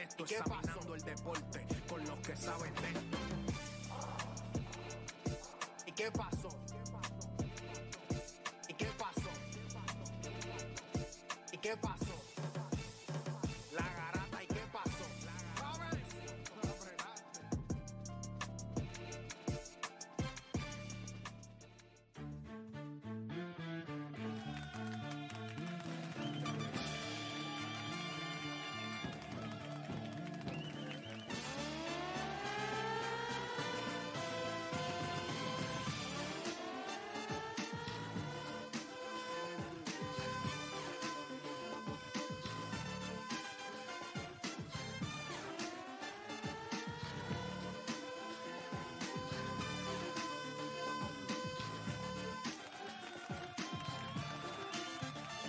esto, examinando el deporte con los que saben de esto. ¿Y qué pasó? ¿Y qué pasó? ¿Y qué pasó? La garata, ¿y qué pasó?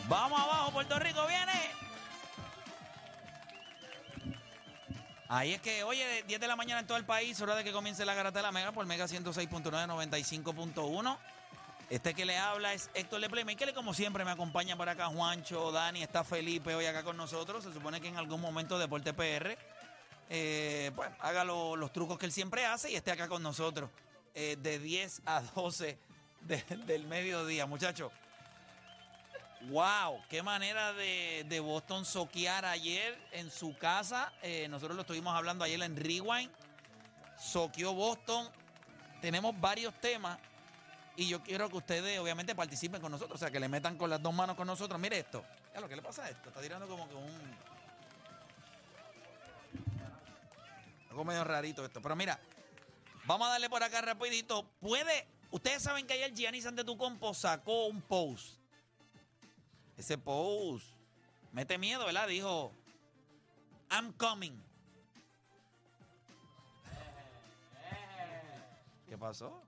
Vamos abajo, Puerto Rico viene. Ahí es que, oye, de 10 de la mañana en todo el país, hora de que comience la garata de la Mega por Mega 106.9, 95.1. Este que le habla es Héctor Le Playmaker y como siempre me acompaña por acá Juancho, Dani, está Felipe hoy acá con nosotros. Se supone que en algún momento Deporte PR, eh, pues haga lo- los trucos que él siempre hace y esté acá con nosotros eh, de 10 a 12 de- del mediodía, muchachos. Wow, qué manera de, de Boston soquear ayer en su casa. Eh, nosotros lo estuvimos hablando ayer en Rewind. Soqueó Boston. Tenemos varios temas y yo quiero que ustedes obviamente participen con nosotros, o sea, que le metan con las dos manos con nosotros. Mire esto. Ya lo que le pasa a esto, está tirando como que un algo medio rarito esto, pero mira, Vamos a darle por acá rapidito. Puede, ustedes saben que ayer Giannis Antetokounmpo sacó un post. Ese post mete miedo, ¿verdad? Dijo, I'm coming. ¿Qué pasó?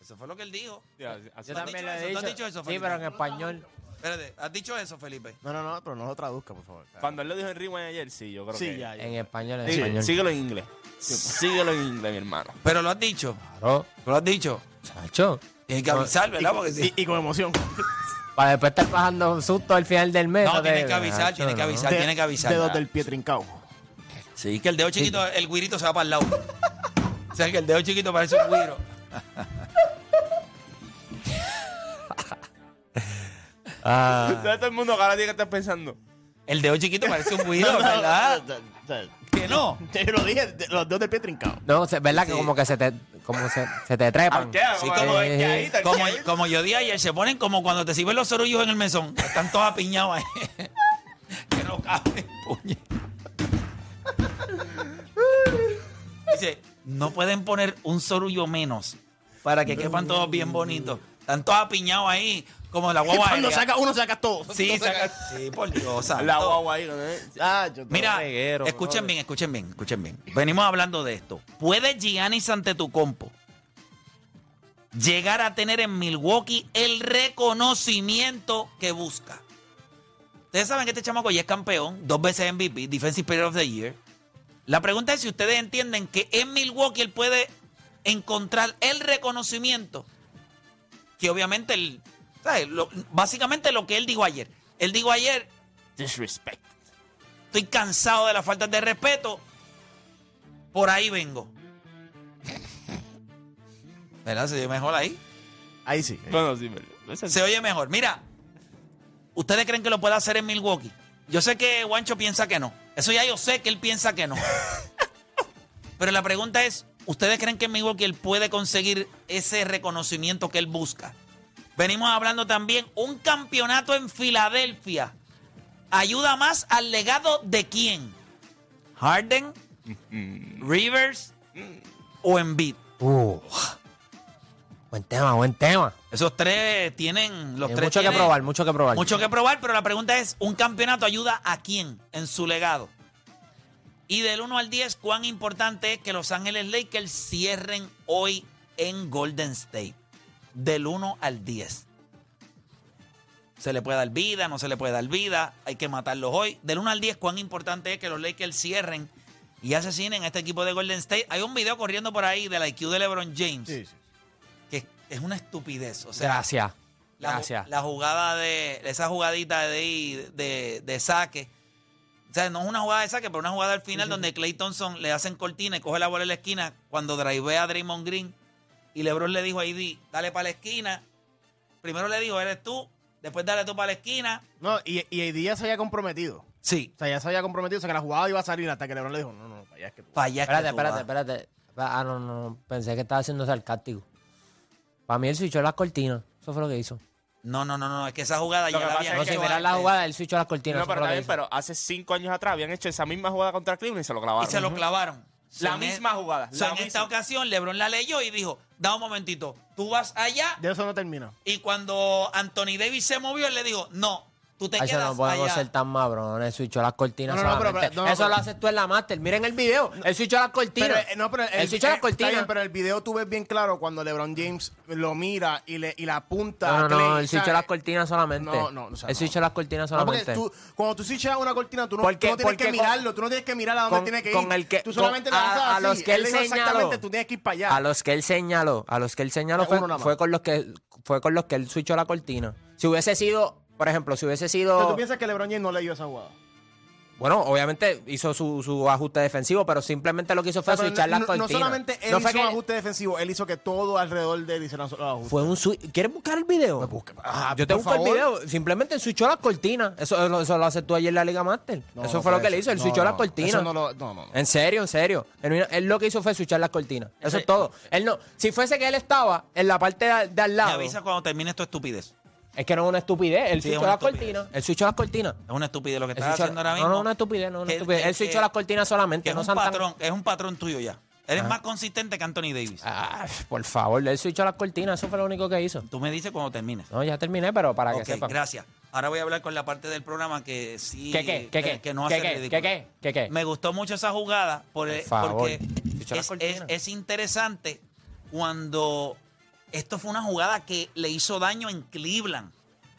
Eso fue lo que él dijo. Ya, ¿Tú así- has dicho eso? ¿Tú has dicho eso, sí, Felipe? pero en español. Espérate, ¿has dicho eso, Felipe? No, no, no, pero no lo traduzca, por favor. Cuando él lo dijo en Rewind ayer, sí, yo creo que. Sí, ya, ya. En español, en Sí, español. síguelo en inglés. Síguelo en inglés, mi hermano. Pero lo has dicho. Claro, Lo has dicho. chacho. Tienes que avisar, ¿verdad? Porque si... Y, y con emoción. Para después estar pasando un susto al final del mes. No, te- tiene que avisar, Chacho, tiene que no. avisar, tiene que avisar. Dedos del pie trincado. Sí, que el dedo chiquito, el guirito se va para el lado. o sea, que el dedo chiquito parece un guiro. Ah, Todo el mundo que ahora tiene que estar pensando. El dedo chiquito parece un guiro, ¿verdad? Que no. Te lo dije, de- los dedos del pie trincados. no, se- ¿verdad? Sí. Que como que se te, como se, se te trepan. Sí, como- eh, Como, como yo dije ayer, se ponen como cuando te sirven los sorullos en el mesón. Están todos apiñados ahí. que no cabe, puñe. Dice, no pueden poner un sorullo menos para que quepan todos bien bonitos. Están todos apiñados ahí, como la guagua. Cuando aérea. sacas uno, sacas todo. Sí, saca- sí, por Dios. santo. La guagua ahí, ¿no? Ah, yo te- Mira, reguero, escuchen brother. bien, escuchen bien, escuchen bien. Venimos hablando de esto. ¿Puede Giannis ante tu compo llegar a tener en Milwaukee el reconocimiento que busca? Ustedes saben que este chamaco ya es campeón, dos veces MVP, Defensive Player of the Year. La pregunta es si ustedes entienden que en Milwaukee él puede encontrar el reconocimiento que obviamente él, ¿sabes? Lo- básicamente lo que él dijo ayer. Él dijo ayer, Disrespect. Estoy cansado de las faltas de respeto. Por ahí vengo. ¿Verdad? Se oye mejor ahí. Ahí sí. Bueno, sí, pero. ese- Se oye mejor. Mira, ¿ustedes creen que lo puede hacer en Milwaukee? Yo sé que Guancho piensa que no. Eso ya yo sé que él piensa que no. Pero la pregunta es, ¿ustedes creen que en Milwaukee él puede conseguir ese reconocimiento que él busca? Venimos hablando también un campeonato en Filadelfia. ¿Ayuda más al legado de quién? ¿Harden? ¿Rivers? ¿O Embiid? Uh, buen tema, buen tema. Esos tres tienen... Los Eh, tres mucho que tienen- probar, mucho que probar. Mucho que probar, pero la pregunta es, ¿un campeonato ayuda a quién en su legado? Y del 1 al 10, ¿cuán importante es que Los Ángeles Lakers cierren hoy en Golden State? Del 1 al 10. ¿Se le puede dar vida? ¿No se le puede dar vida? Hay que matarlos hoy. Del 1 al 10, ¿cuán importante es que los Lakers cierren y asesinen a este equipo de Golden State? Hay un video corriendo por ahí de la IQ de LeBron James, Sí, sí. que es una estupidez. O sea, Gracias. la, Gracias. la jugada de. Esa jugadita de, ahí, de, de saque. O sea, no es una jugada de saque, pero una jugada al final donde Clay Thompson le hacen cortina y coge la bola en la esquina cuando drivea a Draymond Green. Y LeBron le dijo a AD, dale para la esquina. Primero le dijo, eres tú. Después dale tú para la esquina. No, y, y AD ya se había comprometido. Sí. O sea, ya se había comprometido, o sea, que la jugada iba a salir hasta que LeBron le dijo, no, no, vaya es que tú. Para allá es que Espérate, tú espérate, vas. espérate. Ah, no, no, no. Pensé que estaba siendo sarcástico. Para mí él switchó las cortinas. Eso fue lo que hizo. No, no, no, no. Es que esa jugada ya Lo que la había pasa es No, que si hecho miras la antes. jugada, él switchó las No, cortinas. pero eso fue lo que también, hizo. pero hace cinco años atrás habían hecho esa misma jugada contra Cleveland y se lo Y clavaron. se lo clavaron. La So, en- misma jugada. so, la en esta misma. ocasión, LeBron la leyó y dijo, da un momentito, tú vas allá. De eso no termina. Y cuando Anthony Davis se movió, él le dijo, no, tú te Ay, eso quedas no podemos allá. ser tan mabrones. Switchó las cortinas No, no, no, pero- solamente. pero- no, no, eso pero- lo haces tú en la master. Miren el video. Él switchó las cortinas. eh, no, pero él switchó las eh, está bien, cortinas. pero el video tú ves bien claro cuando LeBron James lo mira y le y la apunta. No, no, a Clay, no, él o sea, switchó las cortinas solamente. No, no, o sea, Él no. switchó las cortinas No, porque solamente. tú, cuando tú switchas una cortina, tú no, Porque- tú no tienes que porque con- mirarlo, tú no tienes que mirar a dónde con- tienes que ir. con el que- tú solamente con- le haces a- a así, los que él le dijo señaló. Exactamente, tú tienes que ir para allá. A los que él señaló, a los que él señaló Eh, fue, uno nada más. fue con los que fue con los que él switchó la cortina. Si hubiese sido, por ejemplo, si hubiese Entonces, sido, ¿Tú piensas que LeBron James no le dio esa jugada? bueno, obviamente hizo su, su ajuste defensivo, pero simplemente lo que hizo fue O sea, pero switchar no, las no- no cortinas. solamente él No hizo fue un que- ajuste defensivo, él hizo que todo alrededor de él hiciera los ajustes. fue un switch. ¿Quieres buscar el video? Ah, Ajá, Yo te Ah, por busco el favor. video. Simplemente él switchó las cortinas. Eso, eso, eso lo haces tú ayer en la Liga Master. No, eso no fue lo puede que él ser. hizo. Él No, switchó las no, cortinas. eso no lo- no, no, no. En serio, en serio. Él, él lo que hizo fue switchar las cortinas. Eso es todo. Él no. Si fuese que él estaba en la parte de, de al Me lado. avisa cuando termine esto estupidez. Es que no es una estupidez. Él Sí, es switchó una las estupidez. cortinas. Él switchó las cortinas. Es una estupidez lo que Él estás switchó- haciendo ahora no, mismo. no, una estupidez, no, una Que- estupidez. que- Él switchó que- las cortinas solamente. que es no un sean tan- patrón, es un patrón tuyo ya. Eres más consistente que Anthony Davis. Ah, por favor, él switchó las cortinas. Eso fue lo único que hizo. Tú me dices cuando termines. No, ya terminé, pero para Ok, que sepan. gracias. Ahora voy a hablar con la parte del programa que sí. ¿Qué, qué, qué, que- qué? que no ¿Qué, hace qué, ridículo. qué, qué, qué, qué? Me gustó mucho esa jugada por- Por favor. porque Escucha la es, cortina. es- es interesante cuando esto fue una jugada que le hizo daño en Cleveland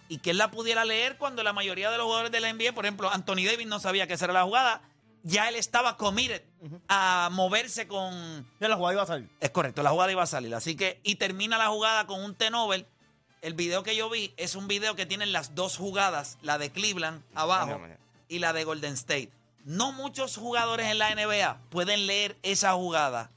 y que él la pudiera leer cuando la mayoría de los jugadores de la NBA, por ejemplo, Anthony Davis no sabía que esa era la jugada, ya él estaba committed a moverse con, Ya la jugada iba a salir. es correcto, la jugada iba a salir. Así que, y termina la jugada con un T-Nobel. El video que yo vi es un video que tienen las dos jugadas, la de Cleveland abajo Mañana, mañana. y la de Golden State. No muchos jugadores en la NBA pueden leer esa jugada.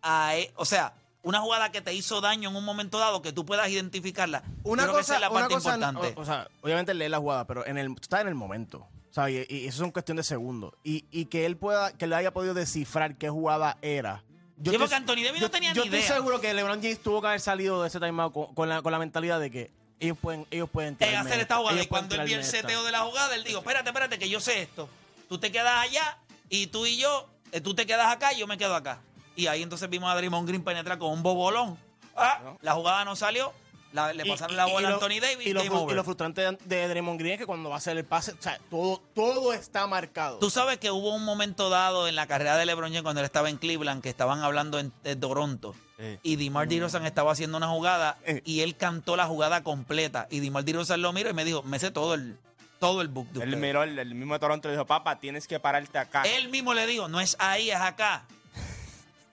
A e- o sea, una jugada que te hizo daño en un momento dado, que tú puedas identificarla. Una Creo que cosa, esa es la una parte cosa, importante. O, o sea, obviamente lee la jugada, pero en el, tú estás en el momento. ¿sabes? Y, y eso es una cuestión de segundos. Y, y que él pueda, que le haya podido descifrar qué jugada era. Sí, estoy- porque Anthony Davis no tenía yo ni estoy idea. seguro que LeBron James tuvo que haber salido de ese timeout con, con la, con la mentalidad de que ellos pueden, ellos pueden en tirarme hacer esta, esta jugada. ellos Y cuando él pueden vio el tirarme esta. seteo de la jugada, él dijo, espérate, espérate, que yo sé esto. Tú te quedas allá y tú y yo, eh, tú te quedas acá y yo me quedo acá. Y ahí entonces vimos a Draymond Green penetrar con un bobolón. Ah, La jugada no salió. la- le Y- pasaron y- la y bola a lo- Anthony Davis. Y lo, game fru- y over. lo frustrante de, de Draymond Green es que cuando va a hacer el pase, o sea, todo, todo está marcado. Tú sabes que hubo un momento dado en la carrera de LeBron James cuando él estaba en Cleveland que estaban hablando en de Toronto Eh. y Mm. DeMar DeRozan estaba haciendo una jugada Eh. y él cantó la jugada completa y DeMar DeRozan lo miró y me dijo, me sé todo el todo el book de Él ustedes". miró el, el mismo de Toronto y dijo, papá, tienes que pararte acá. Él mismo le dijo, no es ahí, es acá.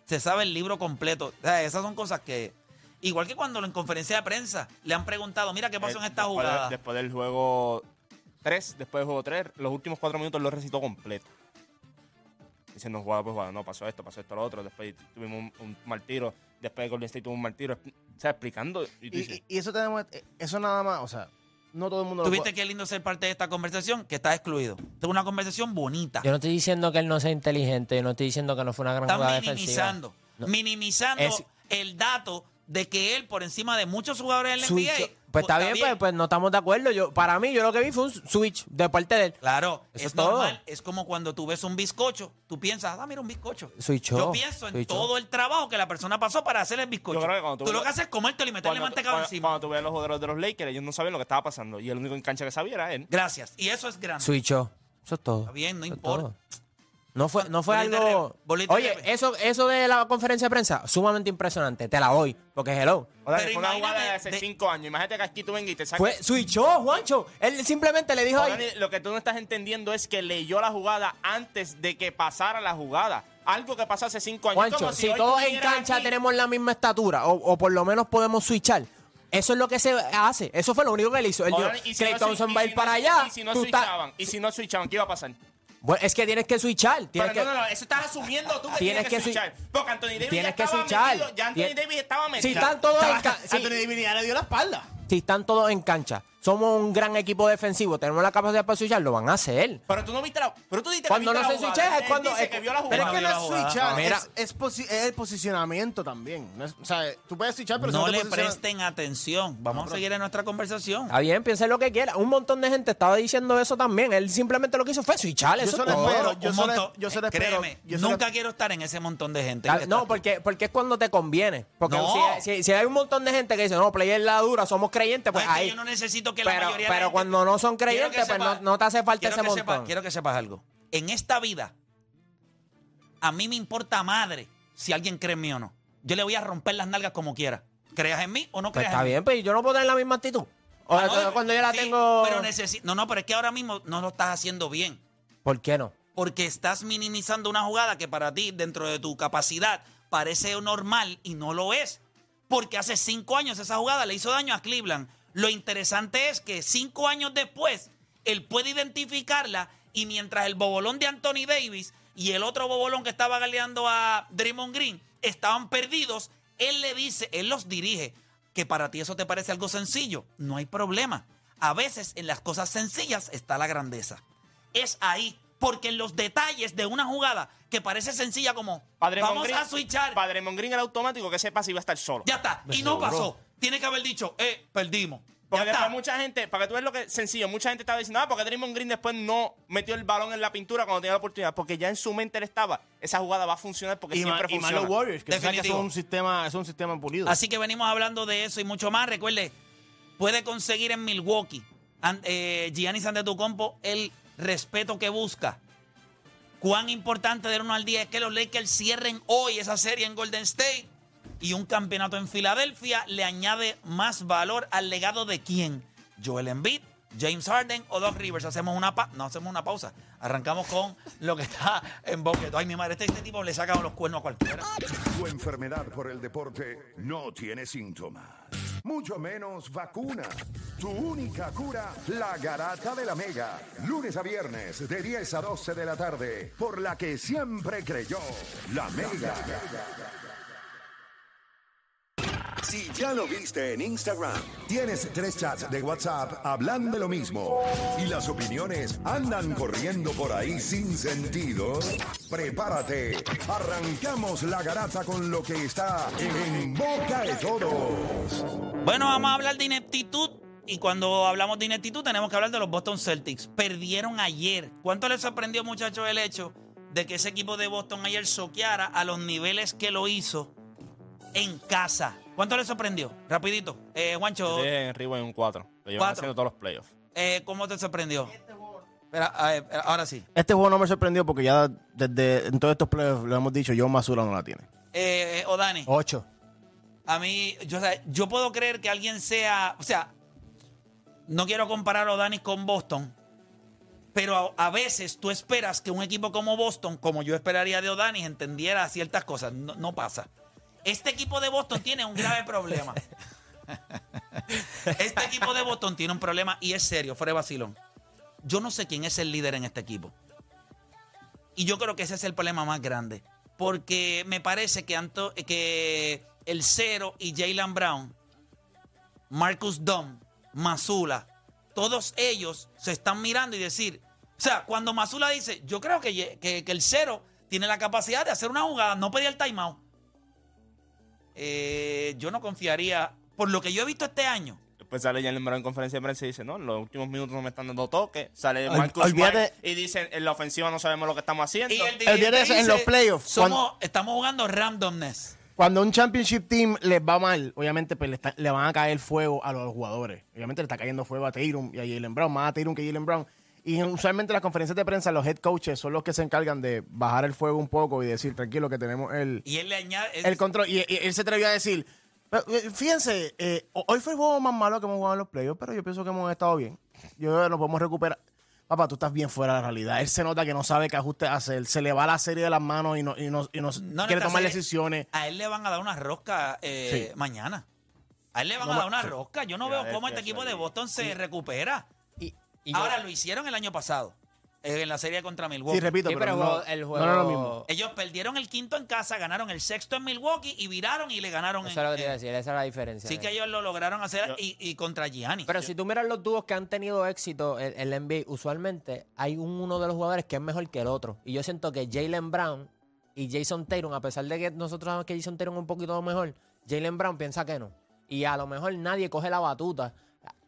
Se sabe el libro completo. O sea, esas son cosas que... Igual que cuando en conferencia de prensa le han preguntado, mira qué pasó en Eh, esta después de- jugada. después del juego 3, después del juego 3, los últimos 4 minutos lo recitó completo. Diciendo jugada pues jugada, no, pasó esto, pasó esto, lo otro, después tuvimos un, un mal tiro, después Golden State tuvo un mal tiro. O sea, explicando. Y tú y, dices, y- y eso tenemos, eso nada más, o sea, no todo el mundo lo Tuviste puede- qué lindo ser parte de esta conversación, que está excluido. Es una conversación bonita. Yo no estoy diciendo que él no sea inteligente. Yo no estoy diciendo que no fue una gran jugada Están defensiva. minimizando, minimizando Es- el dato de que él, por encima de muchos jugadores del Switch. NBA, Pues está bien, pues, pues no estamos de acuerdo. Yo, para mí, yo lo que vi fue un switch de parte de él. Claro, es Eso es todo. normal. Es como cuando tú ves un bizcocho, tú piensas, ah, mira un bizcocho. Switchó, Yo pienso en switchó. todo el trabajo que la persona pasó para hacer el bizcocho. Yo creo que cuando tú lo ves- que haces es comértelo y meterle cuando, mantecado cuando- encima. cuando tú ves los jugadores de los Lakers, ellos no sabían lo que estaba pasando. Y el único en cancha que sabía era él. Gracias. Y eso es grande. Switchó. oh, Eso es todo. Está bien, no Eso es importa. todo. No fue, no fue Bolita algo. reve- bolita Oye, reve- eso, eso de la conferencia de prensa, sumamente impresionante. Te la doy, porque hello. O sea, Pero que fue una jugada de imagínate- hace de- 5 años. Imagínate que aquí tú vengas y te sacas. Fue, switchó, Juancho. Él simplemente le dijo Ahora, ahí. Dani, lo que tú no estás entendiendo es que leyó la jugada antes de que pasara la jugada. Algo que pasó hace cinco años. Juancho, Como si, hoy todos en tuvieras cancha aquí- tenemos la misma estatura, o, o por lo menos podemos switchar. Eso es lo que se hace. Eso fue lo único que él hizo. Él Ahora, dijo, y si Clay no swi- Thompson y va a si ir no para swi- allá. Y si no tú estás- switchaban, y si no switchaban, ¿qué iba a pasar? Bueno, es que tienes que switchar. Pero Tienes que... no, no, no, eso estás asumiendo tú que Tienes tienes que que swi- switchar. Porque Anthony Davis Tienes ya que estaba switchar. metido, ya Anthony Tien- Davis estaba metido. Si están todos en ca- si- Anthony Davis ya le dio la espalda. si están todos en cancha, somos un gran equipo defensivo, tenemos la capacidad para switchar, lo van a hacer. Pero tú no viste la. Pero tú dijiste Cuando que no viste se la switchea jugada. es Él cuando- dice es- que vio la jugada. Pero es que no la es jugada. switchar, Mira. ah, es, es posi- es el posicionamiento también. No es- o sea, tú puedes switchar, pero si no te le posicionas- presten atención. Vamos a seguir en nuestra conversación. Está bien, piensen lo que quieran. Un montón de gente estaba diciendo eso también. Él simplemente lo que hizo fue switchar. Yo Eso es solo todo. espero- Un yo solo- montón- yo solo eh, espero- Créeme, yo solo- nunca quiero estar en ese montón de gente. que Dale, Ah, No, está- porque, porque es cuando te conviene. Porque No. si, si- si hay un montón de gente que dice, no, player la dura, somos creyentes, No, pues es que ahí. yo no necesito que la pero mayoría de la pero gente- cuando no son Quiero que creyentes, pues sepa- no, no te hace falta quiero ese que montón. sepa- quiero que sepas algo. En esta vida, a mí me importa madre si alguien cree en mí o no. Yo le voy a romper las nalgas como quiera. ¿Creas en mí o no Pues creas está en mí? bien, pero yo no puedo tener la misma actitud. O Ah, sea, no, cuando yo la sí, tengo. Pero necesi- no, no, pero es que ahora mismo no lo estás haciendo bien. ¿Por qué no? Porque estás minimizando una jugada que para ti, dentro de tu capacidad, parece normal y no lo es. Porque hace cinco años esa jugada le hizo daño a Cleveland. Lo interesante es que cinco años después, él puede identificarla y mientras el bobolón de Anthony Davis y el otro bobolón que estaba galeando a Draymond Green estaban perdidos, él le dice, él los dirige, que para ti eso te parece algo sencillo. No hay problema. A veces en las cosas sencillas está la grandeza es ahí. Porque en los detalles de una jugada que parece sencilla como Padre vamos Mongreen- a switchar, Padre Mongreen era automático que sepa si iba a estar solo. ya está. Y no pasó. Tiene que haber dicho, eh, perdimos. Ya Porque después está. mucha gente, para que tú veas lo que es sencillo, mucha gente estaba diciendo, ah, porque Draymond Green después no metió el balón en la pintura cuando tenía la oportunidad, porque ya en su mente él estaba, esa jugada va a funcionar porque Y, ma- siempre y más funciona. los Warriors, que, tú sabes que Definitivo. son un sistema, es un sistema pulido. Así que venimos hablando de eso y mucho más. Recuerde, puede conseguir en Milwaukee, an- eh, Giannis Antetokounmpo, el respeto que busca. Cuán importante del 1 al 10 es que los Lakers cierren hoy esa serie en Golden State y un campeonato en Filadelfia le añade más valor al legado de quién? Joel Embiid, James Harden o Doc Rivers. Hacemos una pa no hacemos una pausa. Arrancamos con lo que está en boqueto. Ay, mi madre, este, este tipo le saca los cuernos a cualquiera. Tu enfermedad por el deporte no tiene síntomas, mucho menos vacuna. Tu única cura, la garata de la Mega. Lunes a viernes, de 10 a 12 de la tarde, por la que siempre creyó, la Mega. Si ya lo viste en Instagram, tienes tres chats de WhatsApp hablan de lo mismo y las opiniones andan corriendo por ahí sin sentido, prepárate. Arrancamos la garata con lo que está en boca de todos. Bueno, vamos a hablar de ineptitud. Y cuando hablamos de ineptitud, tenemos que hablar de los Boston Celtics. Perdieron ayer. ¿Cuánto les sorprendió, muchachos, el hecho de que ese equipo de Boston ayer soqueara a los niveles que lo hizo en casa? ¿Cuánto les sorprendió? Rapidito. Eh, Juancho, en River en un 4. Lo llevan Cuatro. haciendo todos los playoffs. eh, ¿cómo te sorprendió? Espera, a ver, espera, ahora sí. Este juego no me sorprendió porque ya desde en todos estos playoffs lo hemos dicho, John Masura no la tiene. Eh, eh, o Dani. Ocho. A mí, yo, o sea, yo puedo creer que alguien sea. O sea, no quiero comparar a O'Danis con Boston, pero a, a veces tú esperas que un equipo como Boston, como yo esperaría de O'Danis, entendiera ciertas cosas. No, no pasa. Este equipo de Boston tiene un grave problema. Este equipo de Boston tiene un problema y es serio, fuera de vacilón. Yo no sé quién es el líder en este equipo. Y yo creo que ese es el problema más grande. Porque me parece que, Anto- que el Cero y Jalen Brown, Marcus Dunn, Masula, todos ellos se están mirando y decir. O sea, cuando Masula dice, yo creo que, Ye- que- que el Cero tiene la capacidad de hacer una jugada, no pedir el timeout. Eh, yo no confiaría. Por lo que yo he visto este año, Después sale Jalen Brown en conferencia de prensa y dice, no, en los últimos minutos no me están dando toque. Sale Ol- Marcus olvídate- Smart y dice, en la ofensiva no sabemos lo que estamos haciendo. Y el El día de dirigente ese- en los dice, playoffs, somos- estamos jugando randomness. Cuando un championship team les va mal, obviamente pues, le, está- le van a caer fuego a los jugadores. Obviamente le está cayendo fuego a Tatum y a Jalen Brown, más a Tatum que Jalen Brown. Y usualmente en las conferencias de prensa, los head coaches son los que se encargan de bajar el fuego un poco y decir, tranquilo, que tenemos el, Y él le añade. el control. Y, y él se atrevió a decir, "Pero, eh, fíjense, eh, ho- hoy fue el juego más malo que hemos jugado en los playoffs, pero yo pienso que hemos estado bien. Yo creo que nos podemos recuperar. Papá, tú estás bien fuera de la realidad. Él se nota que no sabe qué ajuste hacer. Se le va la serie de las manos y no, y no, y no No, no, quiere esta tomar serie- decisiones. A él le van a dar una rosca eh, Sí. mañana. A él le van No a ma- dar una sí. rosca. Yo no Ya, veo cómo es este que equipo eso de ahí- Boston se recupera. Y, y yo- Ahora lo hicieron el año pasado. eh, en la serie contra Milwaukee. Sí, repito, Sí, pero, pero no, el juego. no era lo mismo. Ellos perdieron el quinto en casa, ganaron el sexto en Milwaukee y viraron y le ganaron Eso en- es lo que te iba a en- decir, esa es la diferencia. Sí que ellos lo lograron hacer y, y contra Gianni. Pero si tú miras los dúos que han tenido éxito en en la NBA, usualmente hay un- uno de los jugadores que es mejor que el otro. Y yo siento que Jalen Brown y Jason Tatum, a pesar de que nosotros sabemos que Jason Tatum es un poquito mejor, Jalen Brown piensa que no. Y a lo mejor nadie coge la batuta.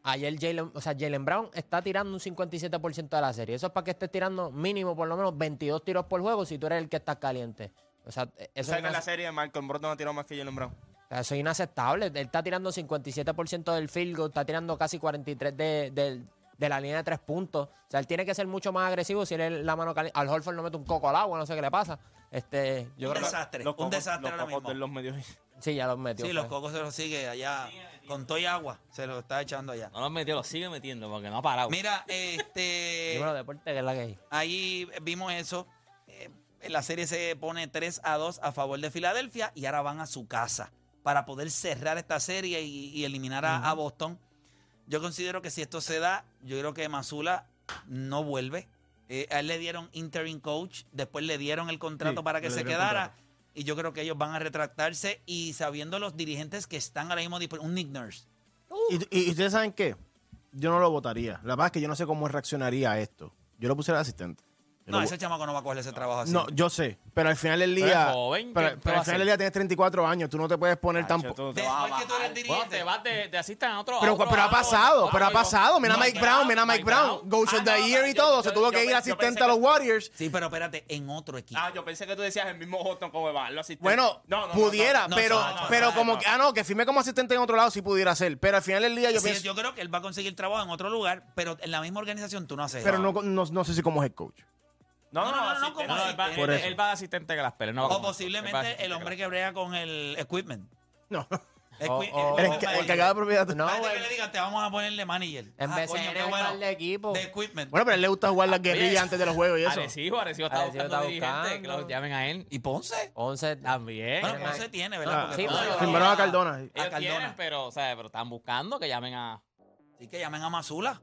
Ayer Jalen, o sea, Jalen Brown está tirando un 57% de la serie. Eso es para que estés tirando mínimo por lo menos 22 tiros por juego si tú eres el que estás caliente. O sea, eh, ¿Sabes eso es que en la una- serie Malcolm Brogdon ha tirado más que Jalen Brown? o sea, Eso es inaceptable. Él está tirando 57% del field goal, está tirando casi 43% de, de- de la línea de tres puntos. O sea, él tiene que ser mucho más agresivo si él es la mano caliente. Al Holford no mete un coco al agua, no sé qué le pasa. Este, yo Un creo que, desastre, un cocos- desastre los ahora cocos mismo. de los medios. sí, ya los metió. pues. Sí, fue. los cocos se los sigue allá con toy agua, se los está echando allá. No los metió, los sigue metiendo porque no ha parado. Mira, este Dímelo, deporte, que es la que hay. ahí vimos eso. Eh, la serie se pone 3 a 2 a favor de Filadelfia y ahora van a su casa para poder cerrar esta serie y, y eliminar a, a Boston. Yo considero que si esto se da, yo creo que Masula no vuelve. Eh, a él le dieron interim coach, después le dieron el contrato Sí, para que le se dieron quedara. Y yo creo que ellos van a retractarse y sabiendo los dirigentes que están ahora mismo disponibles, un Nick Nurse. ¿Y, y ustedes saben qué? Yo no lo votaría. La verdad es que yo no sé cómo reaccionaría a esto. Yo lo pusiera de asistente. Yo No, lo- ese chamaco no va a coger ese trabajo así. No, yo sé, pero al final del día. es joven, ¿qué- pero- qué pero va a al final del día hacer? tienes 34 años, tú no te puedes poner Tacho, tampoco. tú te vas a después que tú eres Bueno, dirigente. te vas, te, te asistan a otro. a Pero, otro- pero a ha otro- pasado, a pero ha otro- pasado. Mira a No, Mike Mike Brown, mira a Mike Mike Brown. Brown. Go Shot Ah, no, the Year y yo- todo. yo- Se tuvo yo que ir pe- yo asistente pensé a los que- Warriors. Sí, pero espérate, en otro equipo. Ah, yo pensé que tú decías el mismo Boston como Eval, lo asistente. Bueno, No, no, no, pudiera, no, no, pero, no, no, no, pero no, no, como no. que, ah, no, que firme como asistente en otro lado sí pudiera ser. Pero al final del día yo Sí, pienso. yo creo que él va a conseguir trabajo en otro lugar, pero en la misma organización tú no haces pero eso. no, no, no sé si como head coach. No, no, No, no, no, asistente, como No, no, él, va, asistente. Por él- eso. él va de asistente que las peleas. O posiblemente el hombre que brega con el equipment. No. O- Equi- o- El, Oh, que- my el cagado de propiedad. No, Imagínate que güey. le digan, te vamos a ponerle manager. En Ah, vez coño, de qué eres bueno. el de equipo. De equipment. Bueno, pero a él le gusta jugar las guerrillas antes de los juegos y eso. Arecibo, Arecibo está Arecibo buscando está dirigente. Que buscando. lo llamen a él. ¿Y Ponce? 11. También. Bueno, Mike. Ponce tiene, Ah, ¿verdad? Porque sí, Ponce pero- lo Firmaron a lleva- Cardona. Ellos Cardona. tienen, pero, o sea, pero están buscando que llamen a... Sí, que llamen a Mazula.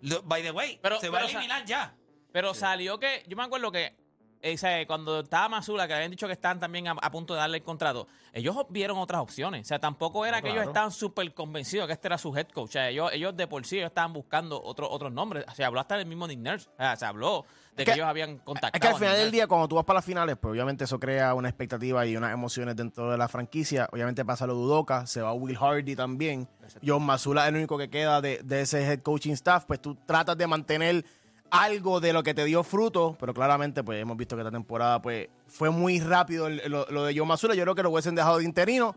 Lo- By the way, Pero- se va a pero, o sea, eliminar ya. Pero salió que, yo me acuerdo que eh, o sea, cuando estaba Masula, que habían dicho que estaban también a, a punto de darle el contrato, ellos vieron otras opciones. O sea, tampoco era que ellos estaban súper convencidos que este era su head coach. O sea, ellos, ellos de por sí ellos estaban buscando otro- otros nombres. O sea, habló hasta del mismo Nick Nurse. O sea, se habló de que, que- ellos habían contactado. Es que al a final Nick del Nurse. día, cuando tú vas para las finales, pues obviamente eso crea una expectativa y unas emociones dentro de la franquicia. Obviamente pasa lo de Udoka, se va Will Hardy también. John Masula es el único que queda de, de ese head coaching staff. Pues tú tratas de mantener algo de lo que te dio fruto, pero claramente pues hemos visto que esta temporada pues fue muy rápido el- lo, lo de John Masula. Yo creo que lo hubiesen dejado de interino.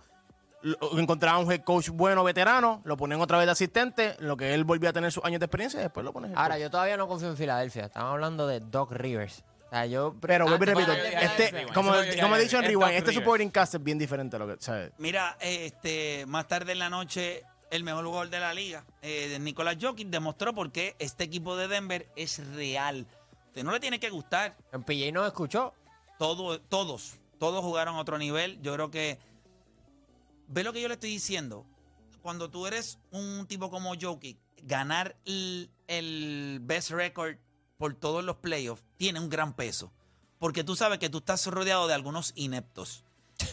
Lo- Encontraban un head coach bueno, veterano, lo ponen otra vez de asistente, lo que él volvía a tener sus años de experiencia y después lo ponen. head Ahora, coach. yo todavía no confío en Filadelfia. Estamos hablando de Doc Rivers. O sea, yo. Ah, Pero vuelvo y antes- repito, yo dije este, Rewind. como, Eso yo dije como he Rewind. dicho en Es Rewind, Doc este Rivers. supporting cast es bien diferente a lo que, ¿sabes? Mira, este, más tarde en la noche, el mejor jugador de la liga, eh, Nicolás Jokic, demostró por qué este equipo de Denver es real. Usted no le tiene que gustar. En PJ no escuchó. Todo- todos, todos jugaron a otro nivel. Yo creo que. Ve lo que yo le estoy diciendo. Cuando tú eres un tipo como Jokic, ganar el, el best record por todos los playoffs tiene un gran peso. Porque tú sabes que tú estás rodeado de algunos ineptos.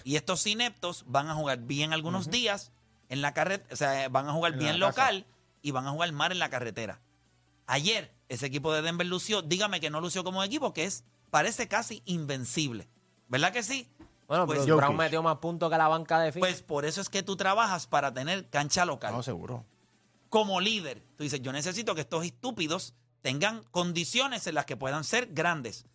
Y estos ineptos van a jugar bien algunos días en la carretera, o sea, van a jugar En bien la casa. local y van a jugar mal en la carretera. Ayer, ese equipo de Denver lució, dígame que no lució como equipo, que es, parece casi invencible. ¿Verdad que sí? Bueno, Pues Bruce Jokic. Brown metió más puntos que la banca de Phoenix. Pues por eso es que tú trabajas para tener cancha local. No, seguro. Como líder, tú dices, yo necesito que estos estúpidos tengan condiciones en las que puedan ser grandes.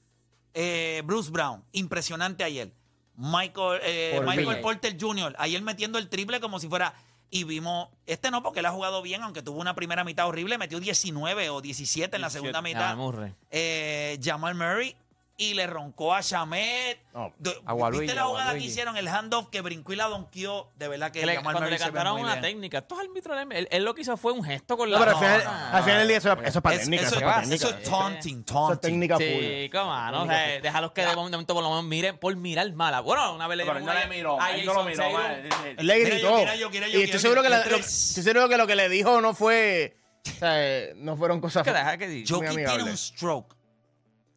Eh, Bruce Brown, impresionante ayer. Michael, eh, Por Michael mí. Porter Jr., ayer metiendo el triple como si fuera... Y vimos, este no, porque él ha jugado bien, aunque tuvo una primera mitad horrible, metió 19 o 17 en la 17. segunda Ah, mitad. Murray. eh, Jamal Murray y le roncó a Chamet. No. Do- A Waluigi, ¿Viste a la jugada que Waluigi. hicieron? El handoff que brincó y la donkeó. De verdad que Que le- Jamal cuando Murray le se ve cantaron muy una bien. técnica, estos árbitros, él, él lo que hizo fue un gesto con No, la pero al No, final, no, al final del día eso, eso es para Es- técnica. eso, Eso es es- para va, técnica. eso es taunting, taunting. Eso es técnica full. Sí, cómo no, o sea, déjalos que de momento, de momento por lo menos miren por mirar mala. Bueno, una vez le Pero él dieron no una- le miró, a él no lo Jason miró, Tatum. vale. Él le Mira, gritó. yo, mira, yo, mira, yo, y estoy mira, seguro, yo, que la- yo, lo, tres. estoy seguro que lo que le dijo no fue. o sea, eh, no fueron cosas. Que deja que- Jokic tiene amigable. un stroke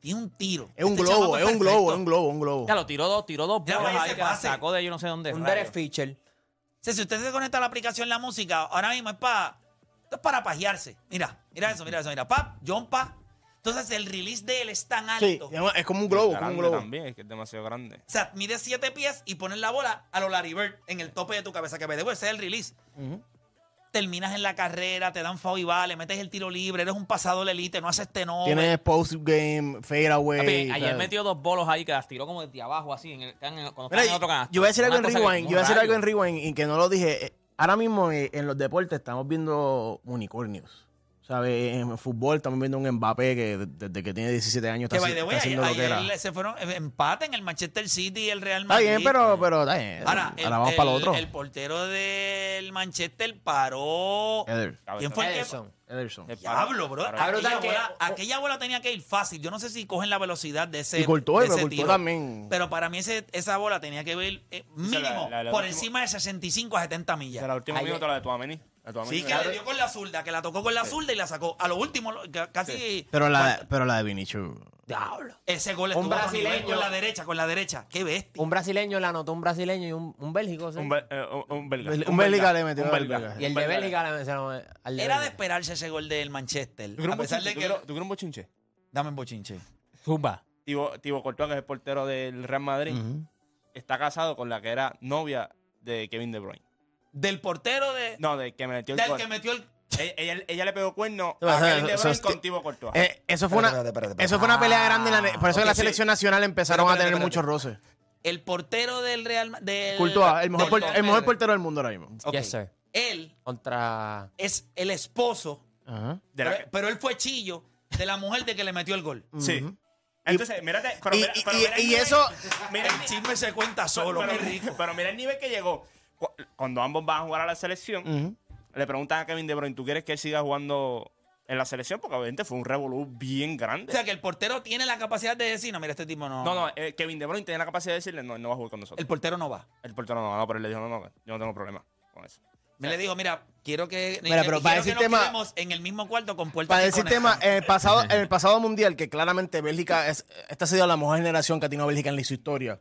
tiene un tiro. Es un Este globo, chamaco es un perfecto. globo, es un globo, un globo. Ya lo tiró dos, tiró dos Ya, bolas vaya, ahí ese que la pase. sacó de yo no sé dónde. Un rayos. Derek Fisher. O sea, si usted se conecta a la aplicación La Música, ahora mismo es para es para pajearse. Mira, mira eso, mira eso, mira. Pap, John Pa. Entonces el release de él es tan Sí, alto. es- es como un globo, como un Grande globo. también, es que es demasiado grande. O sea, mide siete pies y pones la bola a lo Larry Bird en el tope de tu cabeza. Que me debo, ese es el release. Terminas en la carrera, te dan foul y vale, metes el tiro libre, eres un pasado elite, no haces tenor. Tiene post-game, fadeaway. Papi, ayer ¿sabes? metió dos bolos ahí que las tiró como desde abajo, así, en el, están en- cuando Mira, están en otro canal. yo voy a decir algo en Rewind, yo voy a decir algo en Rewind y que no lo dije. Eh, Ahora mismo eh, en los deportes estamos viendo unicornios. ¿Sabes? En el fútbol estamos viendo un Mbappé que de- desde que tiene 17 años Que está, by haci- the way, está ayer, haciendo lo que era. ayer se fueron eh, empate en el Manchester City y el Real Está Madrid. bien, pero, pero está bien. Ahora, Ahora, el, vamos el- para lo otro. el portero del Manchester paró. Eder- ¿Quién fue el que Ederson. Ederson. El palo- Diablo, bro. palo- Cabrón, Aquella que- bola, oh. aquella bola tenía que ir fácil. Yo no sé si cogen la velocidad de ese. Y cortó, de pero ese cortó tiro. también. Pero para mí ese- esa bola tenía que ir eh, Esa es la- mínimo la- la por última- encima de 65 a 70 millas. Esa es la última Ayer- minuto, la de Tuameni. La de Tuameni, Sí, que ¿verdad? le dio con la zurda, que la tocó con la zurda y la sacó. A lo último, lo- ca- casi. Pero la, pero la de Vinicius. Diablo. Ese gol Un estuvo a otro nivel, brasileño. con la derecha, con la derecha. Qué bestia. Un brasileño la anotó, un brasileño y un, un bélgico. ¿sí? Un, bel- eh, un- un belga. Un belga le metió Un al belga. belga. y el Un de belga. Bélgica la se lo- al de Era de Bélgica. esperarse ese gol del Manchester. ¿Tú quieres A un pesar de bochinche? ¿Tú que. quieres- tú quieres un bochinche? Dame un bochinche. Zumba. Tibo, Tibo Courtois, que es el portero del Real Madrid, Ujú. está casado con la que era novia de Kevin De Bruyne. Del portero de. No, de que metió el del gol. que metió el. E- Ella, ella le pegó cuerno Eso- a Kevin De eso- Bruyne eso- con Tibo Courtois. Eh, eso fue una, Espérate, espérate, espérate, Eso fue una pelea Ah, grande. en la ne- por eso en la ok, sí. selección nacional empezaron Espérate, a tener espérate, muchos roces. El portero del Real Ma- del Courtois, el mejor, del por- el mejor Tottenham. portero del mundo ahora mismo. Ok. Yes, sir. Él Contra. es el esposo, Ajá. De pero, la que- pero él fue chillo de la mujer de que le metió el gol. sí. Entonces, mírate. Pero Y- mira- y- pero y- mira el y nivel- eso- Mira, el El chisme se cuenta solo, pero, qué rico. pero mira el nivel que llegó. Cu- Cuando ambos van a jugar a la selección, le preguntan a Kevin De Bruyne, ¿tú quieres que él siga jugando en la selección? Porque obviamente fue un revolú bien grande. O sea, que el portero tiene la capacidad de decir, no, mira, este tipo no. no, no, eh, Kevin De Bruyne tenía la capacidad de decirle, no, él no va a jugar con nosotros. El portero no va. El, portero no, no, pero él le dijo, no, no, yo no tengo problema con eso. Me le digo, mira, quiero que, Mira, pero quiero para que decir nos tema- quedemos en el mismo cuarto con puertas Para que decir conectan. tema, en el pasado, en el pasado mundial, que claramente Bélgica, es, esta ha sido la mejor generación que ha tenido Bélgica en su historia.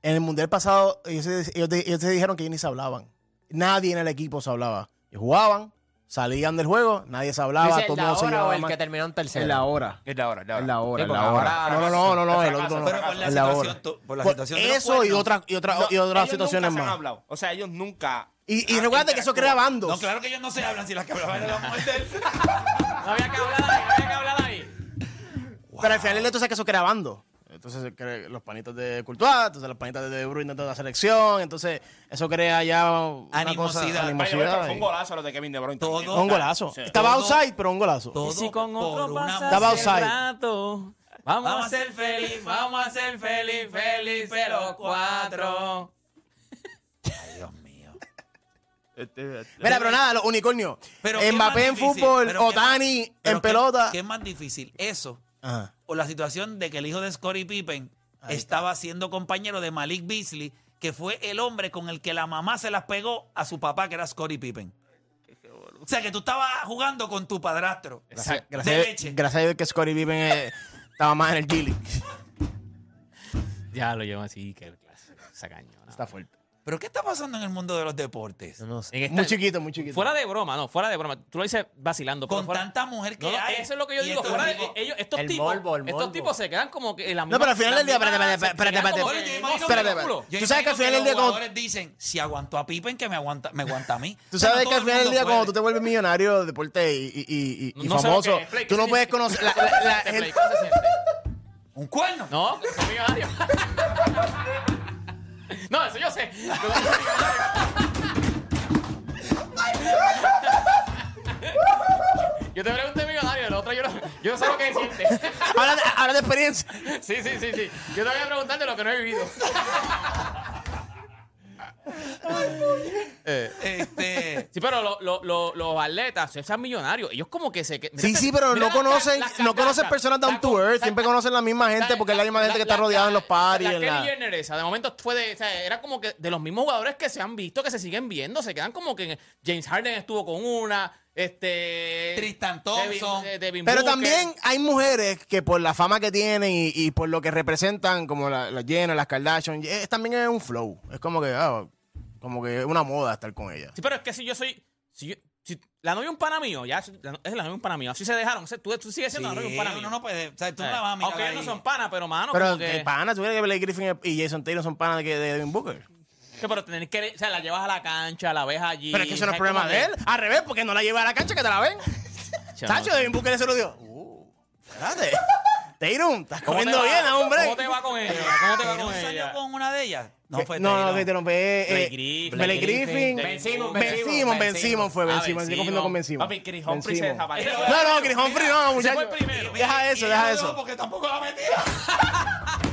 En el mundial pasado, ellos, se- ellos di- ellos se dijeron que ellos ni se hablaban. Nadie en el equipo se hablaba. Ellos jugaban, salían del juego, nadie se hablaba, ¿Dice Ah, todo el el de mundo se ahora o llevaba el mal. que terminó en tercero? En la hora. Es la hora, es la En la hora, Sí, en porque la hora. ahora- No, no, no, no, no, el otro no. Pero por la En la situación, hora. tú- por la Por situación de los eso y cuernos. otra, y otra, y otras ellos situaciones nunca se han más. hablado. Ah, O sea, ellos nunca. Y, y recuerda que eso crea bandos. No, claro que ellos no se hablan si las que hablaban eran las mujeres del- No había que hablar ahí, no había que hablar ahí. Pero al final del día, tú sabes que eso crea bandos. Entonces eh, cre- los panitos de Courtois, entonces los panitos de De Bruyne dentro de la selección, entonces eso crea ya una Animosidad. cosa, Vaya, pero animosidad. fue un golazo lo de Kevin De Bruyne. Todo- también. Fue un golazo. Sí. Estaba Todo- outside, pero un golazo. Todo Y si con por otro una pasas Estaba el outside. rato, vamos, Vamos a ser feliz, vamos a ser feliz, feliz, pero cuatro. Ay, Dios mío. Este, Mira, pero nada, los unicornios. Pero ¿qué Mbappé más en difícil? fútbol, Pero ¿qué Otani más- pero en qué- pelota. ¿Qué es más difícil? ¿Eso Ajá. o la situación de que el hijo de Scottie Pippen estaba siendo compañero de Malik Beasley, que fue el hombre con el que la mamá se las pegó a su papá, que era Scottie Pippen? O sea, que tú estabas jugando con tu padrastro. Gracias, De gracias- leche. gracias a Dios que Scottie Pippen eh, estaba más en el G-League. Ya lo llevo así, que clase, esa cañona. Está fuerte. ¿Pero qué está pasando en el mundo de los deportes? No sé. En esta- Muy chiquito, muy chiquito. Fuera de broma, no, fuera de broma. Tú lo dices vacilando. pero Con fuera- tanta mujer que No, no, eh, hay. eso es lo que yo Y digo. estos fuera de- eh, tipos- ellos, estos El tipos, morbo, el estos morbo. tipos se quedan como que la No, pero al final del día, espérate, espérate, espérate, espérate. Oye, yo No, imagino espérate, que- espérate. yo Tú sabes que al imagino final del los día cuando- jugadores dicen, si aguanto a Pippen, que me aguanta, me aguanta a mí. Tú O sea, no sabes que todo al el final del mundo día, cuando tú puede. te vuelves millonario de deporte y, y- y- y- y No sé lo que famoso, es, Play, tú no ¿qué puedes significa? conocer. la- la- la- Este el- play, ¿cómo se siente? ¿Un cuerno? No, son millonarios. No, eso yo sé. Yo te pregunté millonario, el otro yo no, yo no sé lo que siente. Habla de- habla de experiencia. Sí, sí, sí, sí. Yo te voy a preguntar de lo que no he vivido. Este, Sí, pero lo- lo- lo- los atletas, esos millonarios, ellos como que se... que- mira Sí, este- sí, pero mira no las conocen, ca- las no conocen carcasas. personas down La- to earth, la- siempre conocen la misma gente porque es la misma gente que está rodeada en los parties. La, en la- Kelly Jenner esa, de momento fue de, o sea, era como que de los mismos jugadores que se han visto, que se siguen viendo, se quedan como que James Harden estuvo con una, Este. Tristan Thompson. Devin- eh, Devin Pero Booker. también hay mujeres que por la fama que tienen y, y por lo que representan, como la, la Jenner, las Kardashian, eh, también es un flow. Es como que, ah, como que es una moda estar con ellas. Sí, pero es que si yo soy. Si yo- si la novia de un pana mío, ya la no- es la novia de un pana mío. Así se dejaron. o sea, tú, tú sigues siendo la novia de un pana mío. no, no puede. O sea, tú no Eh, la vas a mirar. Aunque ellos no ahí. son panas, pero mano. Pero como que que, pana, tú crees que Blake Griffin y Jason Taylor son panas de, que- de Devin Booker. que pero tener que. O sea, la llevas a la cancha, la ves allí. Pero es que eso no es ¿sabes? problema Como de que- él. Al revés, porque no la lleva a la cancha que te la ven. Chacho, Devin Booker se lo dio. Uh, espérate. Tatum, estás ¿Cómo te comiendo va? bien, hombre. ¿Cómo te va con ella? ¿Cómo te va ¿Taylor con salió ella? con una de ellas? No Ve- fue no, no, que te Taylor. lo ve. Blake eh, Griffin. Blake Blake Griffin. Ben Griffin. Ben Simon, Simmons, Ben Simon, Ben Simon fue Ben Ah, Simon. Ben Estoy confundiendo con Ben Simon. Simon. Papi, Chris Ben Humphries se Simon. desapareció. No, no, Chris Humphrey no, Ese muchacho. fue el primero. Deja eso, Y deja yo no, eso. Porque tampoco la metía.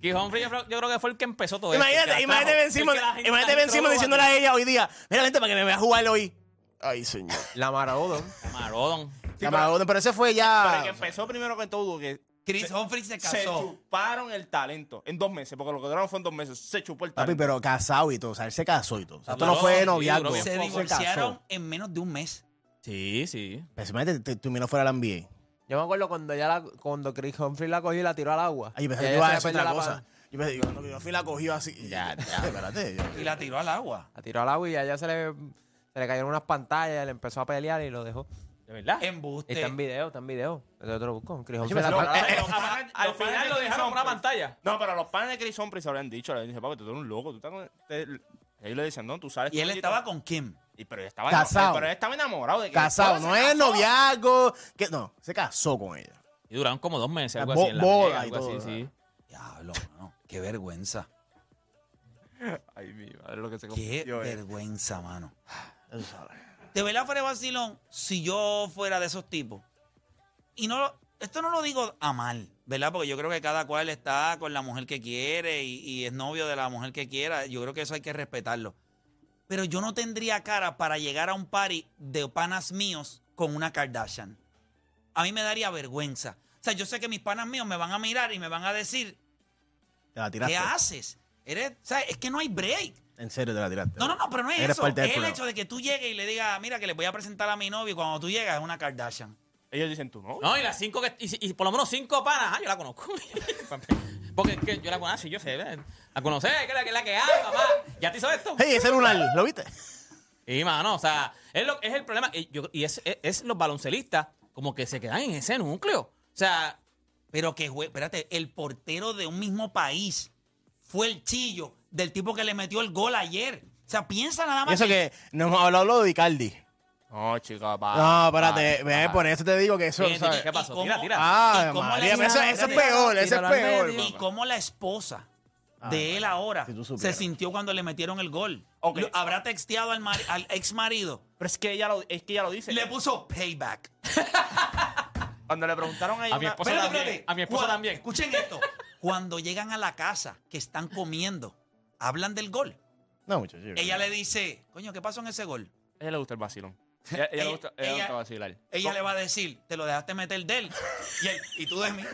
Chris Humphrey, yo creo- yo creo que fue el que empezó todo esto. el Imagínate, que la imagínate trajo. Ben Simon, El este que la gente imagínate la Ben Simon introdujo diciéndole aquí. a ella hoy día, mira, vente para que me vea jugar hoy. Ay, señor. La Marodon. Marodón. La Madonna, pero ese fue ya... Pero que empezó primero que todo, que Chris Humphrey se se casó. chuparon el talento en dos meses, porque lo que duraron fue en dos meses. Se chupó el Papi, talento. pero casado y todo, o sea, él se casó y todo. O sea, esto Habló, no fue sí, noviazgo. duró bien Se poco. divorciaron en menos de un mes. Sí, sí. Pero imagínate, te- tú miras fuera de la NBA. Yo me acuerdo cuando ya la, cuando Chris Humphrey la cogió y la tiró al agua. Ay, yo pensé Y que ella iba se a decir perdió otra la cosa. pa- Yo pensé, yo, no, yo fui y la cogió así. Ya, ya. Espérate. yo- Y la tiró al agua. La tiró al agua y allá se le, se le cayeron unas pantallas, le empezó a pelear y lo dejó. ¿De verdad? Embuste. Está en video, está en video. Yo te lo busco. Chris Humphrey pensé- la no, tiró al eh, agua. eh, Los panas- Al final lo dejaron por una pantalla. No, pero los panes de Chris Humphrey se habrían dicho, le dije, papi, tú eres un loco, tú estás con... te- Ellos le dicen, no, tú sabes... Y él estaba con Kim. Y, pero él estaba Casado. enamorado, pero él estaba enamorado de que... Casado, Bueno, no se es casó. noviazgo. Que, no, se casó con ella. Y duraron como dos meses, algo Bo- así. en la boda brega, y algo todo, así, sí. Diablo, mano. Qué vergüenza. Ay, mi madre, lo que se Qué confundió, eh. vergüenza, mano. De verdad fuera de vacilón, si yo fuera de esos tipos. Y no lo- esto no lo digo a mal, ¿verdad? Porque yo creo que cada cual está con la mujer que quiere y, y es novio de la mujer que quiera. Yo creo que eso hay que respetarlo. Pero yo no tendría cara para llegar a un party de panas míos con una Kardashian. A mí me daría vergüenza. O sea, yo sé que mis panas míos me van a mirar y me van a decir, Te la tiraste. ¿qué haces? Eres, o sea, es que no hay break. En serio, te la tiraste. No, no, no, pero no es Eres eso. parte del es el problema. hecho de que tú llegues y le digas, mira, que le voy a presentar a mi novio y cuando tú llegas es una Kardashian. Ellos dicen, tú no. No, y las cinco que. Y, y por lo menos cinco panas. Ah, yo la conozco. Porque es que yo la conozco, yo sé, ¿verdad? La conocer, que es la que, la que hay, papá. ¿Ya te hizo esto? Hey, ese lunar, ¿lo viste? Y mano, o sea, es, lo, es el problema. Y, yo- y es, es- es los baloncelistas como que se quedan en ese núcleo. O sea, Pero que, jue- espérate, el portero de un mismo país fue el chillo del tipo que le metió el gol ayer. O sea, piensa nada Y más. eso que no hemos hablado lo de Icardi. No, chica, va. No, espérate, vale, ve, vale. por eso te digo que eso, Bien, ¿sabes? ¿qué pasó? ¿Y cómo- Tira, tira. Ah, ¿Y cómo María, la- pero eso, eso es Tíralo, peor, eso es tíralo al peor. Ah, medio. Y cómo la esposa de él ahora si tú se supieras. sintió cuando le metieron el gol. Ok. Lo- Habrá texteado al, mari- al ex marido. Pero es que ella lo, es que ella lo dice. Le puso payback. Cuando le preguntaron a ella... mi una- esposa también, a mi esposa Cuando- también. Escuchen esto. Cuando llegan a la casa, que están comiendo, hablan del gol. No, muchachos. Ella le dice, coño, ¿qué pasó en ese gol? A ella le gusta el vacilón. Ella, ella le gusta, ella le Ella- gusta vacilar. Ella le va a decir, te lo dejaste meter de él y, él, y tú de mí.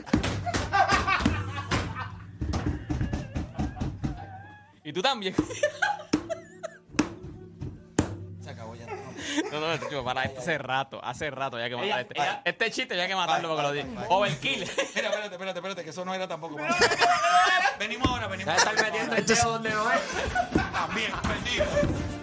y tú también. Se acabó ya. No, no, no, chico, para esto hace rato, hace rato ya que matar Ella- este. ella- este chiste ya que matarlo porque lo di. Overkill. Mira, espérate, espérate, espérate, que eso no era tampoco. para mí. venimos ahora, venimos ahora. Estar metiendo el dedo donde no es. También, perdido.